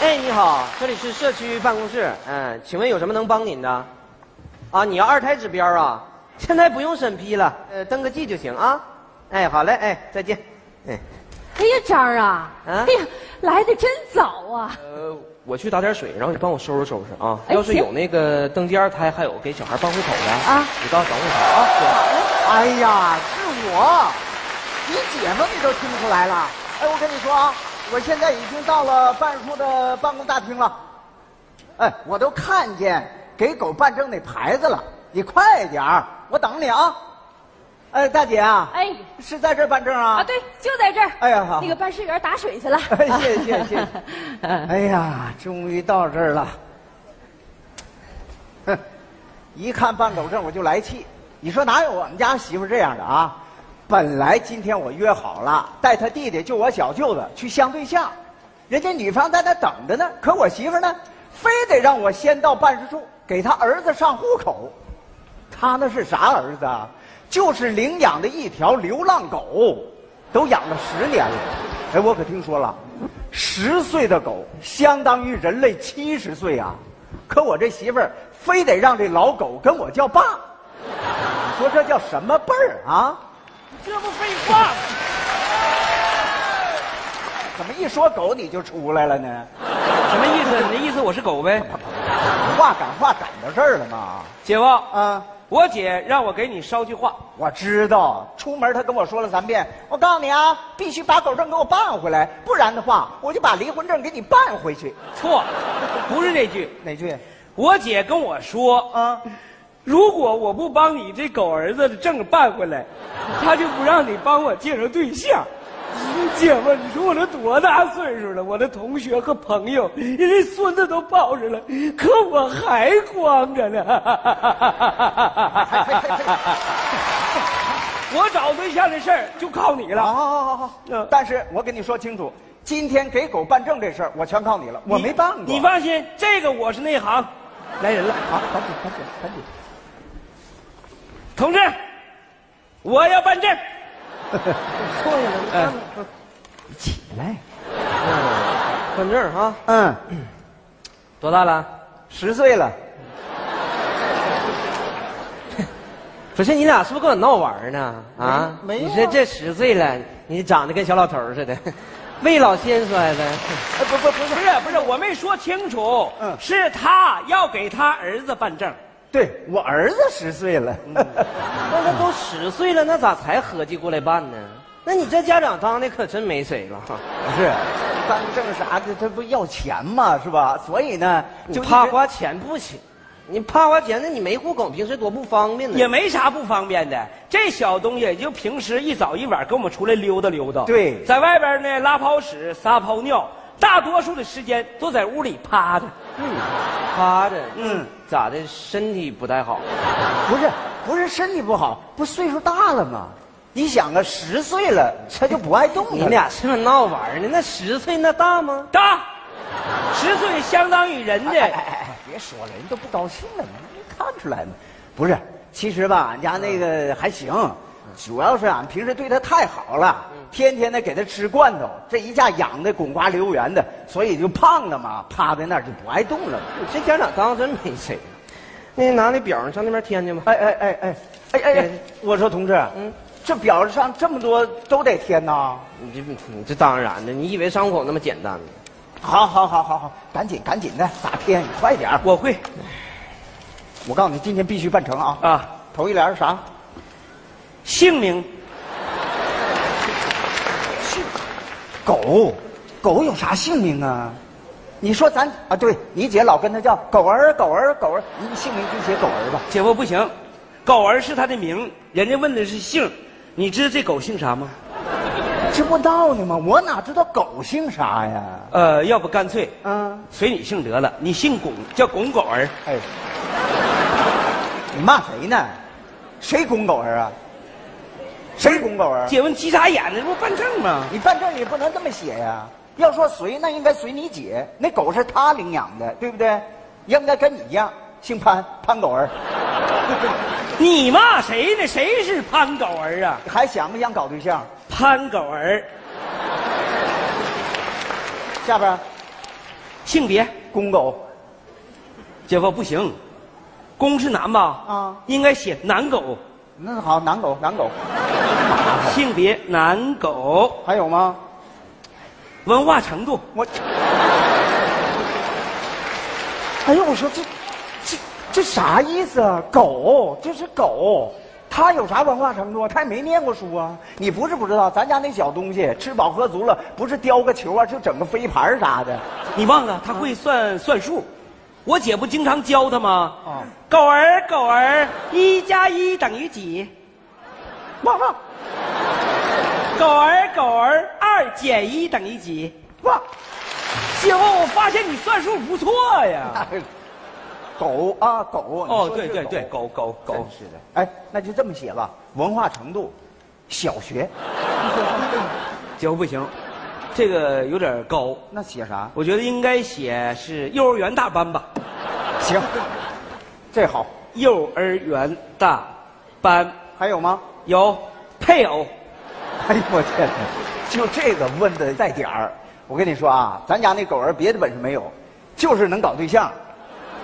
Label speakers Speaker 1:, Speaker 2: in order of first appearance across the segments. Speaker 1: 哎，你好，这里是社区办公室。嗯，请问有什么能帮您的？啊，你要二胎指标啊？现在不用审批了，呃，登个记就行啊。哎，好嘞，哎，再见。哎，
Speaker 2: 哎呀，张儿啊，
Speaker 1: 啊
Speaker 2: 哎呀，来的真早啊！
Speaker 1: 呃，我去打点水，然后你帮我收拾收拾啊。
Speaker 2: 哎
Speaker 1: 要是
Speaker 2: 行
Speaker 1: 有那个登记二胎，还有给小孩办户口的
Speaker 2: 啊
Speaker 1: 你到时候找我啊。对
Speaker 3: 哎呀，是我，你姐夫你都听出来了。哎，我跟你说啊，我现在已经到了办事处的办公大厅了。哎，我都看见给狗办证那牌子了，你快点儿，我等你啊。哎，大姐啊，
Speaker 2: 哎
Speaker 3: 是在这儿办证啊？
Speaker 2: 啊，对，就在这儿。
Speaker 3: 哎呀好
Speaker 2: 那个办事员打水去了。
Speaker 3: 哎谢谢谢谢 哎呀，终于到这儿了。 哼，一看办狗证我就来气。你说哪有我们家媳妇这样的啊？本来今天我约好了带她弟弟，就我小舅子去相对象，人家女方在那等着呢。可我媳妇呢，非得让我先到办事处给她儿子上户口。他那是啥儿子啊？就是领养的一条流浪狗，都养了十年了。哎，我可听说了，十岁的狗相当于人类七十岁啊！可我这媳妇儿非得让这老狗跟我叫爸，你说这叫什么辈儿啊？
Speaker 4: 这不废话
Speaker 1: 啊
Speaker 4: 吗？
Speaker 3: 怎么一说狗你就出来了呢？
Speaker 4: 什么意思？你的意思我是狗呗？
Speaker 3: 话赶话赶到这儿了吗？
Speaker 4: 姐夫，
Speaker 3: 啊，
Speaker 4: 我姐让我给你捎句话。
Speaker 3: 我知道，出门他跟我说了三遍，我告诉你啊，必须把狗证给我办回来，不然的话，我就把离婚证给你办回去。
Speaker 4: 错，不是这句。
Speaker 3: 哪句？
Speaker 4: 我姐跟我说，
Speaker 3: 啊，
Speaker 4: 如果我不帮你这狗儿子的证办回来，他就不让你帮我介绍对象。姐夫，你说我都多大岁数了？我的同学和朋友，人家孙子都抱着了，可我还光着呢。
Speaker 3: 哎
Speaker 4: 我找对象的事儿就靠你
Speaker 3: 好
Speaker 4: 了。
Speaker 3: 好好好好
Speaker 4: 嗯。
Speaker 3: 但是我跟你说清楚，今天给狗办证这事儿，我全靠你了，我
Speaker 4: 你
Speaker 3: 没办过。
Speaker 4: 你放心，这个我是内行。来人了，
Speaker 3: 好，赶紧赶紧赶紧。
Speaker 4: 同志，我要办证。
Speaker 3: 来，
Speaker 1: 嗯办证哈，
Speaker 3: 嗯，
Speaker 1: 多大了？
Speaker 3: 十岁 了，
Speaker 1: 不是你俩是不是跟我闹玩儿呢？啊，
Speaker 3: 没没有啊
Speaker 1: 你说这十岁了，你长得跟小老头儿似的， 未老先衰呗。
Speaker 3: 哎不不不
Speaker 4: 不
Speaker 3: 是，
Speaker 4: 是不是，我没说清楚，
Speaker 3: 嗯
Speaker 4: 是他要给他儿子办证。
Speaker 3: 对我儿子十岁了。
Speaker 1: 那他都十岁了，那咋才合计过来办呢？那你这家长当的可真没谁了。
Speaker 3: 不是，办证啥的，这不要钱吗？是吧？所以呢，
Speaker 1: 你
Speaker 3: 就一
Speaker 1: 怕
Speaker 3: 直
Speaker 1: 花钱不行，你怕花钱，那你没户口，平时多不方便呢。
Speaker 4: 也没啥不方便的，这小东西也就平时一早一晚跟我们出来溜达溜达。
Speaker 3: 对
Speaker 4: 在外边呢拉泡屎、撒泡尿，大多数的时间都在屋里趴着。
Speaker 1: 嗯， 趴着，
Speaker 3: 嗯，
Speaker 1: 咋的？身体不太好，
Speaker 3: 不是不是身体不好，不岁数大了吗？你想啊，十岁了，他就不爱动弹了。哎
Speaker 1: 你俩是不是闹玩儿呢？那十岁那大吗？
Speaker 4: 大，十岁相当于人
Speaker 3: 哎哎
Speaker 4: 的
Speaker 3: 哎哎，别说了，人都不高兴了，你没看出来吗？不是，其实吧，俺家那个还行，主要是俺平时对他太好了，天天的给他吃罐头，这一下养的滚瓜溜圆的，所以就胖了嘛，趴在那儿就不爱动了嘛。
Speaker 1: 你这家长当真没谁了。那拿那表上那边填去吧。
Speaker 3: 哎哎哎哎哎哎哎
Speaker 1: 对！
Speaker 3: 我说同志，
Speaker 1: 嗯
Speaker 3: 这表上这么多都得填呐。
Speaker 1: 你这你这当然的，你以为伤口那么简单呢？
Speaker 3: 好，好，好，好，好，赶紧，赶紧的，咋填？你快点儿
Speaker 4: 我会
Speaker 3: 我告诉你，今天必须办成啊！
Speaker 4: 啊，
Speaker 3: 头一联是啥？
Speaker 4: 姓名
Speaker 3: 狗，狗有啥姓名啊？你说咱啊，对你姐老跟他叫狗儿，狗儿，狗儿，你姓名就写狗儿吧。
Speaker 4: 姐夫不行，狗儿是他的名，人家问的是姓，你知道这狗姓啥吗？
Speaker 3: 这不闹呢吗？我哪知道狗姓啥呀？
Speaker 4: 呃，要不干脆
Speaker 3: 啊，
Speaker 4: 随你姓得了，你姓巩，叫巩狗儿。
Speaker 3: 哎，你骂谁呢？谁拱狗儿啊？谁拱狗儿？啊
Speaker 4: 姐夫，你急啥眼呢？这不办证吗？
Speaker 3: 你办证也不能这么写呀。要说随，那应该随你姐，那狗是她领养的，对不对？应该跟你一样，姓潘，潘狗儿。
Speaker 4: 你骂谁呢？谁是潘狗儿啊？
Speaker 3: 还想不想搞对象？
Speaker 4: 潘狗儿，
Speaker 3: 下边儿，
Speaker 4: 性别，
Speaker 3: 公狗
Speaker 4: 姐夫不行，公是男吧？
Speaker 3: 啊，
Speaker 4: 应该写男狗，
Speaker 3: 那好，男狗男狗，
Speaker 4: 性别男狗，
Speaker 3: 还有吗？
Speaker 4: 文化程度，
Speaker 3: 我，哎呦，我说这，这这啥意思啊？狗，这是狗，它有啥文化程度啊？它也没念过书啊！你不是不知道，咱家那小东西吃饱喝足了，不是叼个球啊，就整个飞盘儿啥的。
Speaker 4: 你忘了他会算算数，我姐不经常教他吗？
Speaker 3: 啊
Speaker 4: 狗儿狗儿，一加一等于几？
Speaker 3: 哇哇
Speaker 4: 狗儿狗儿，二减一等于几？
Speaker 3: 哇！
Speaker 4: 姐夫，我发现你算数不错呀。
Speaker 3: 狗啊狗！你
Speaker 4: 哦，
Speaker 3: 说
Speaker 4: 对
Speaker 3: 是
Speaker 4: 对对，狗狗狗
Speaker 3: 真，是的。哎，那就这么写吧，文化程度，小学。
Speaker 4: 姐夫不行，这个有点高，
Speaker 3: 那写啥？
Speaker 4: 我觉得应该写是幼儿园大班吧。
Speaker 3: 行，这好。
Speaker 4: 幼儿园大班
Speaker 3: 还有吗？
Speaker 4: 有配偶，
Speaker 3: 哎呦我天哪！就这个问的在点儿。我跟你说啊，咱家那狗儿别的本事没有，就是能搞对象，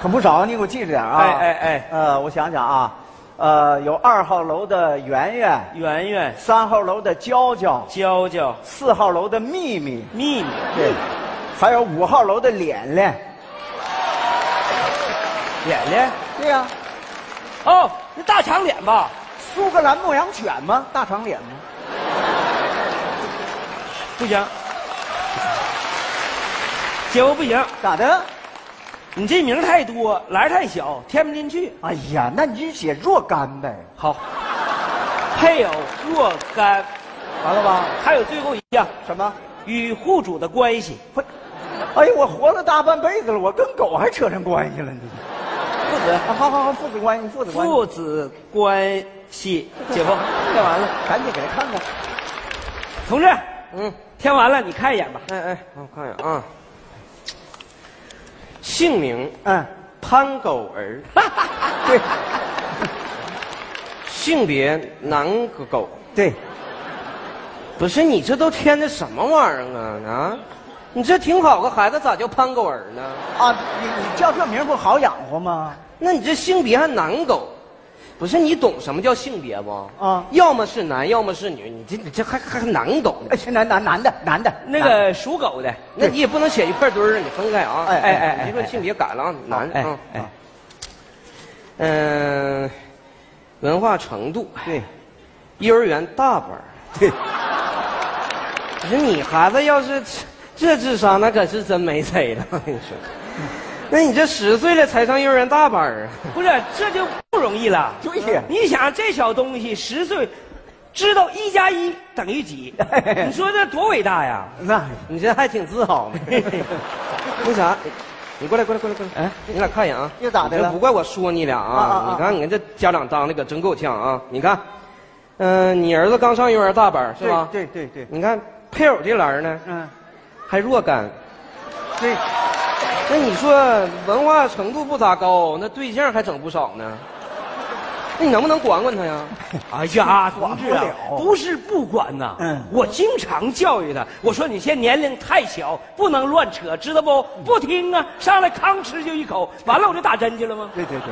Speaker 3: 很不少。你给我记着点儿啊。
Speaker 4: 哎哎哎
Speaker 3: 呃，我想想啊，呃，有二号楼的圆圆，
Speaker 4: 圆圆、
Speaker 3: 三号楼的娇娇，
Speaker 4: 娇娇、
Speaker 3: 四号楼的秘密，
Speaker 4: 秘密，
Speaker 3: 对，还有五号楼的脸脸。
Speaker 4: 脸脸，
Speaker 3: 对呀、
Speaker 4: 哦，是大长脸吧？
Speaker 3: 苏格兰牧羊犬吗？大长脸吗？
Speaker 4: 不行，姐夫不行，
Speaker 3: 咋的？
Speaker 4: 你这名儿太多，栏儿太小，填不进去。
Speaker 3: 哎呀，那你就写若干呗，
Speaker 4: 好，配偶若干，
Speaker 3: 完了吧？
Speaker 4: 还有最后一样，
Speaker 3: 什么？
Speaker 4: 与户主的关系，
Speaker 3: 不，哎呦，我活了大半辈子了，我跟狗还扯上关系了呢。
Speaker 4: 父子
Speaker 3: 啊，好好好，父子关系，父子关系，
Speaker 4: 父子关系。姐夫，填完了，
Speaker 3: 赶紧给他看看。
Speaker 4: 同志，
Speaker 1: 嗯，
Speaker 4: 填完了，你看一眼吧。
Speaker 1: 哎哎，我看一眼啊，姓名
Speaker 3: 嗯，
Speaker 1: 潘狗儿，
Speaker 3: 对
Speaker 1: 性别男狗。
Speaker 3: 对，
Speaker 1: 不是你这都添的什么玩意儿啊啊！你这挺好个孩子，咋叫潘狗儿呢？
Speaker 3: 啊，你你叫这名不好养活吗？
Speaker 1: 那你这性别还男狗？不是你懂什么叫性别不？
Speaker 3: 啊
Speaker 1: 要么是男，要么是女，你这你这还还还男狗呢？
Speaker 3: 哎，男男男的男的，
Speaker 4: 那个属狗的，
Speaker 1: 那你也不能写一块堆儿啊，你分开啊！
Speaker 3: 哎哎哎哎
Speaker 1: 你这性别改了啊，男
Speaker 3: 哎
Speaker 1: 啊
Speaker 3: 哎
Speaker 1: 啊，嗯，文化程度，
Speaker 3: 对
Speaker 1: 幼儿园大班儿。
Speaker 3: 对，
Speaker 1: 可是你孩子要是这智商，那可是真没谁了。我跟你说，那你这十岁了才上幼儿园大班儿啊？
Speaker 4: 不是这就不容易了。
Speaker 3: 对呀
Speaker 4: 你想这小东西十岁，知道一加一等 于几？你说这多伟大呀！
Speaker 3: 那
Speaker 1: 你这还挺自 豪呢。那啥，你过来，过来，过来，过来。
Speaker 3: 嗯
Speaker 1: 哎，你俩看一眼啊。
Speaker 3: 又咋的了
Speaker 1: 你这不怪我说你俩啊！
Speaker 3: 啊啊啊
Speaker 1: 你看，你看这家长当的可真够呛啊！你看，嗯、你儿子刚上幼儿园大班儿是吧？
Speaker 3: 对对对，对
Speaker 1: 你看配偶这栏儿呢，
Speaker 3: 嗯，
Speaker 1: 还若干。
Speaker 3: 对，
Speaker 1: 那你说文化程度不咋高，那对象还整不少呢。那你能不能管管他呀？
Speaker 4: 哎呀，同志啊
Speaker 3: 管不了，
Speaker 4: 不是不管呐、
Speaker 3: 嗯
Speaker 4: 我经常教育他，我说你现在年龄太小，不能乱扯，知道不？不听啊，上来吭吃就一口，完了我就打针去了吗？
Speaker 3: 对对对，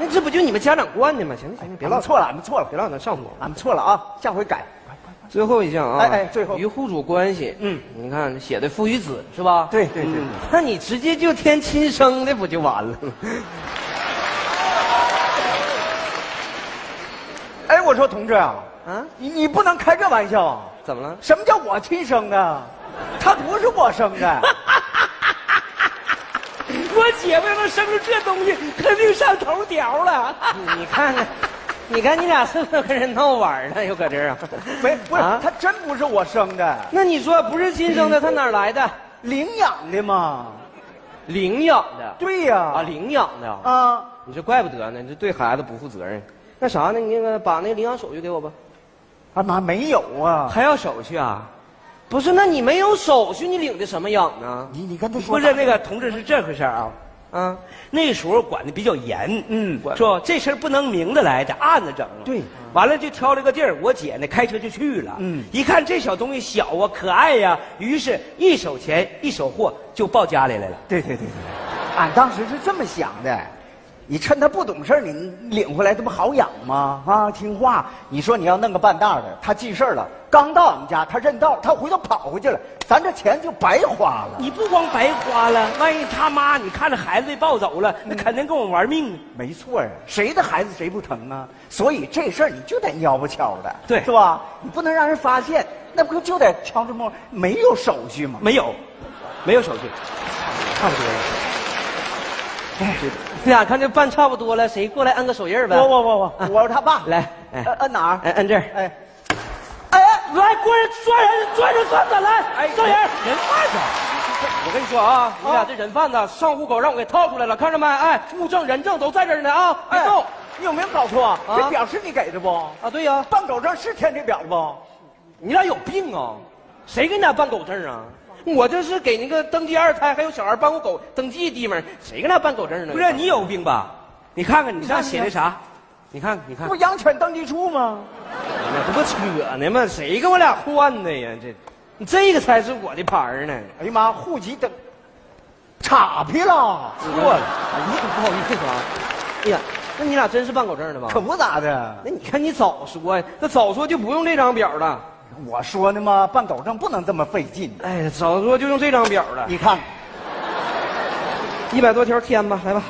Speaker 1: 那这不就你们家长惯的吗？行了行了，别
Speaker 3: 别
Speaker 1: 唠
Speaker 3: 唠
Speaker 1: 了，
Speaker 3: 错了，俺们错了，
Speaker 1: 别唠了，上头。
Speaker 3: 俺们错了啊，下回改。
Speaker 1: 最后一项啊，
Speaker 3: 哎哎最后
Speaker 1: 与户主关系，
Speaker 4: 嗯，
Speaker 1: 你看写的父与子是吧？
Speaker 3: 对对对
Speaker 1: 嗯那你直接就添亲生的不就完了？
Speaker 3: 哎，我说同志啊，
Speaker 1: 啊，
Speaker 3: 你你不能开这玩笑啊！
Speaker 1: 怎么了？
Speaker 3: 什么叫我亲生的？他不是我生 的。
Speaker 4: 我姐夫要能生出这东西，肯定上头条了。
Speaker 1: 你看看，你看你俩是不是跟人闹玩儿呢？又搁这儿啊？
Speaker 3: 没，不是，
Speaker 1: 啊
Speaker 3: 他真不是我生的，
Speaker 1: 那你说不是亲生的，他哪儿来的？
Speaker 3: 领养的嘛。
Speaker 1: 领养的
Speaker 3: 对呀、
Speaker 1: 啊，
Speaker 3: 啊，
Speaker 1: 领养的啊，
Speaker 3: 啊，
Speaker 1: 你这怪不得呢，你这对孩子不负责任。那啥呢？你那个把那个领养手续给我吧。
Speaker 3: 妈没有 啊。
Speaker 1: 还要手续啊？不是，那你没有手续，你领的什么养呢？
Speaker 3: 你你跟他说
Speaker 4: 不是那个同志是这回事儿啊，
Speaker 1: 嗯，
Speaker 4: 那时候管的比较严，
Speaker 3: 嗯
Speaker 4: 管说这事儿不能明着来，得暗着整。
Speaker 3: 对，
Speaker 4: 完了就挑了个地儿，我姐呢开车就去了。
Speaker 3: 嗯
Speaker 4: 一看这小东西小啊，可爱呀、于是一手钱一手货就抱家里来了。
Speaker 3: 对对对对，俺当时是这么想的，你趁他不懂事儿，你领回来，这不好养吗？啊，听话。你说你要弄个半大的，他记事儿了，刚到俺们家，他认道，他回头跑回去了，咱这钱就白花了。
Speaker 4: 你不光白花了，万一他妈你看着孩子被抱走了，那肯定跟我玩命啊！
Speaker 3: 没错啊，谁的孩子谁不疼啊？所以这事儿你就得蔫不悄的，
Speaker 4: 对
Speaker 3: 是吧？你不能让人发现，那不就得悄着摸，没有手续吗？
Speaker 4: 没有，没有手续，差不多了。
Speaker 1: 你俩看这办差不多了，谁过来摁个手印儿呗？
Speaker 3: 我我我我，我是他爸。
Speaker 1: 来，哎
Speaker 3: 摁，摁哪儿？
Speaker 1: 哎，摁这儿。
Speaker 3: 哎，哎，
Speaker 4: 来，过来抓人，抓人算算来，哎，抓人，人贩子。
Speaker 1: 我跟你说啊，你俩这人贩子上户口让我给套出来了，看着没？哎，物证、人证都在这儿呢啊！别
Speaker 3: 哎
Speaker 1: 动！
Speaker 3: 你有没有搞错啊？
Speaker 1: 啊
Speaker 3: 这表是你给的不？
Speaker 1: 啊，对呀，
Speaker 3: 办狗证是填这表的不？
Speaker 1: 你俩有病啊！谁给你俩办狗证啊？我这是给那个登记二胎还有小孩办户口登记地方，谁给俩办狗证呢？
Speaker 4: 不是你有病吧？你看看你上写的啥？你看，你看
Speaker 3: 不，养犬登记处吗？
Speaker 1: 这不扯呢吗？谁跟我俩换的呀？这，你这个才是我的牌儿呢。
Speaker 3: 哎呀妈，户籍登，岔劈了，
Speaker 4: 啊
Speaker 1: 错了，哎呀，不好意思啊。哎呀，那你俩真是办狗证的吧？
Speaker 3: 可不咋的。
Speaker 1: 那你看你早说呀，那早说就不用这张表了。
Speaker 3: 我说呢嘛，办狗证不能这么费劲。
Speaker 1: 哎，早说就用这张表了，
Speaker 3: 你看，
Speaker 1: 一百多条填吧，来吧。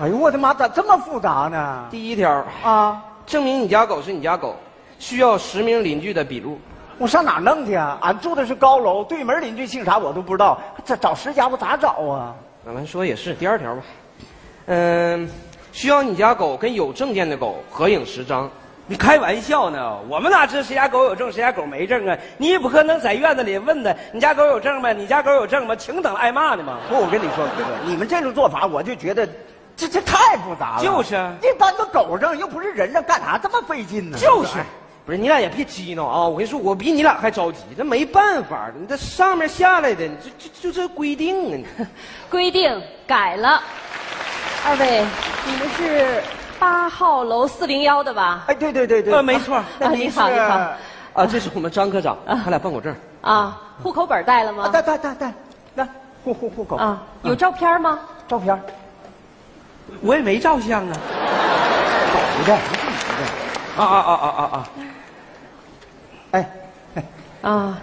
Speaker 3: 哎呦我的妈，咋这么复杂呢？
Speaker 1: 第一条，
Speaker 3: 啊，
Speaker 1: 证明你家狗是你家狗，需要实名邻居的笔录。
Speaker 3: 我上哪儿弄去啊？俺住的是高楼，对门邻居姓啥我都不知道，这找石家我咋找啊？
Speaker 1: 俺们说也是，第二条吧。嗯，需要你家狗跟有证件的狗合影十张。
Speaker 4: 你开玩笑呢？我们哪知谁家狗有证，谁家狗没证啊？你也不可能在院子里问他，你家狗有证没？你家狗有证吗？请等挨骂呢吗？
Speaker 3: 不，我跟你说，哥哥，你们这种做法，我就觉得这这太复杂了。
Speaker 4: 就是啊
Speaker 3: 一般的狗证又不是人证，干啥这么费劲呢？
Speaker 4: 就是，
Speaker 1: 不是你俩也别激闹啊！我跟你说，我比你俩还着急，这没办法，你这上面下来的，你这这就这规定啊！你
Speaker 2: 规定改了。二位，你们是八号楼四零幺的吧？
Speaker 3: 哎，对对对对，
Speaker 4: 呃，没错，
Speaker 3: 那
Speaker 2: 啊，
Speaker 3: 您
Speaker 2: 你好，
Speaker 3: 是
Speaker 2: 你好。
Speaker 1: 啊，这是我们张科长，他俩办狗证。
Speaker 2: 啊，户口本带了
Speaker 3: 啊，
Speaker 2: 吗？
Speaker 3: 带带带带，来户户户口
Speaker 2: 啊，有照片吗？
Speaker 3: 照片，
Speaker 4: 我也没照相啊。
Speaker 3: 狗的，狗的，
Speaker 4: 啊啊啊啊啊啊！
Speaker 3: 哎，哎
Speaker 2: 啊，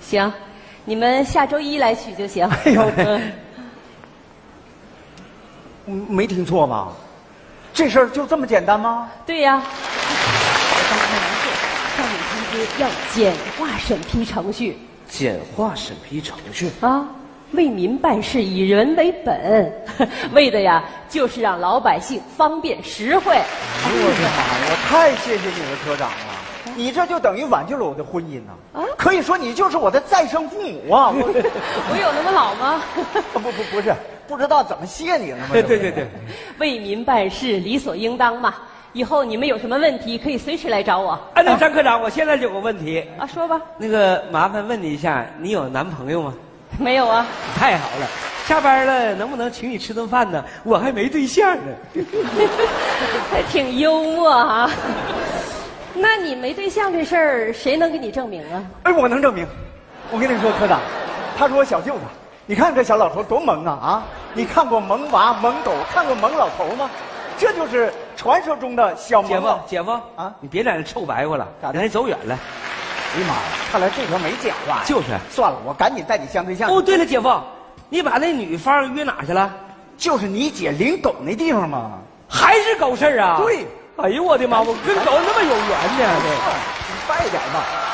Speaker 2: 行，你们下周一来取就行。
Speaker 3: 哎 呦
Speaker 2: 嗯
Speaker 3: 嗯没听错吧？这事儿就这么简单吗？
Speaker 2: 对呀、刚才您说上面通知要简化审批程序
Speaker 1: 简化审批程序。
Speaker 2: 啊，为民办事以人为本， 为的呀就是让老百姓方便实惠。
Speaker 3: 哎呦我的妈呀！嗯我太谢谢你了，科长了，你这就等于挽救了我的婚姻呐、
Speaker 2: 啊
Speaker 3: 可以说你就是我的再生父母啊！ 我
Speaker 2: 我有那么老吗？
Speaker 3: 不不不是，不知道怎么谢你了吗？
Speaker 4: 对对对对，
Speaker 2: 为民办事理所应当嘛。以后你们有什么问题可以随时来找我
Speaker 4: 哎，那张科长，我现在就有个问题，
Speaker 2: 啊，说吧。
Speaker 4: 那个麻烦问你一下，你有男朋友吗？
Speaker 2: 没有啊，
Speaker 4: 太好了，下班了能不能请你吃顿饭呢？我还没对象呢。
Speaker 2: 还 挺幽默啊。 那你没对象这事儿，谁能给你证明啊？
Speaker 3: 哎，我能证明。我跟你说，科长，他是我小舅子。你看这小老头多萌啊啊！你看过萌娃、萌狗，看过萌老头吗？这就是传说中的小
Speaker 4: 姐
Speaker 3: 萌
Speaker 4: 夫
Speaker 3: 娃。，
Speaker 4: 姐夫
Speaker 3: 啊
Speaker 4: 你别在那臭白活了，
Speaker 3: 咋的
Speaker 4: 人家走远了。
Speaker 3: 哎呀妈呀，看来这条没讲话呀。
Speaker 4: 就是
Speaker 3: 算了，我赶紧带你相对象。
Speaker 4: 哦，对了，姐夫，你把那女方约哪去了？
Speaker 3: 就是你姐领狗那地方嘛。
Speaker 4: 还是狗事儿啊？
Speaker 3: 对，
Speaker 4: 哎呦我的妈，我跟狗那么有缘呢，
Speaker 3: 快点吧。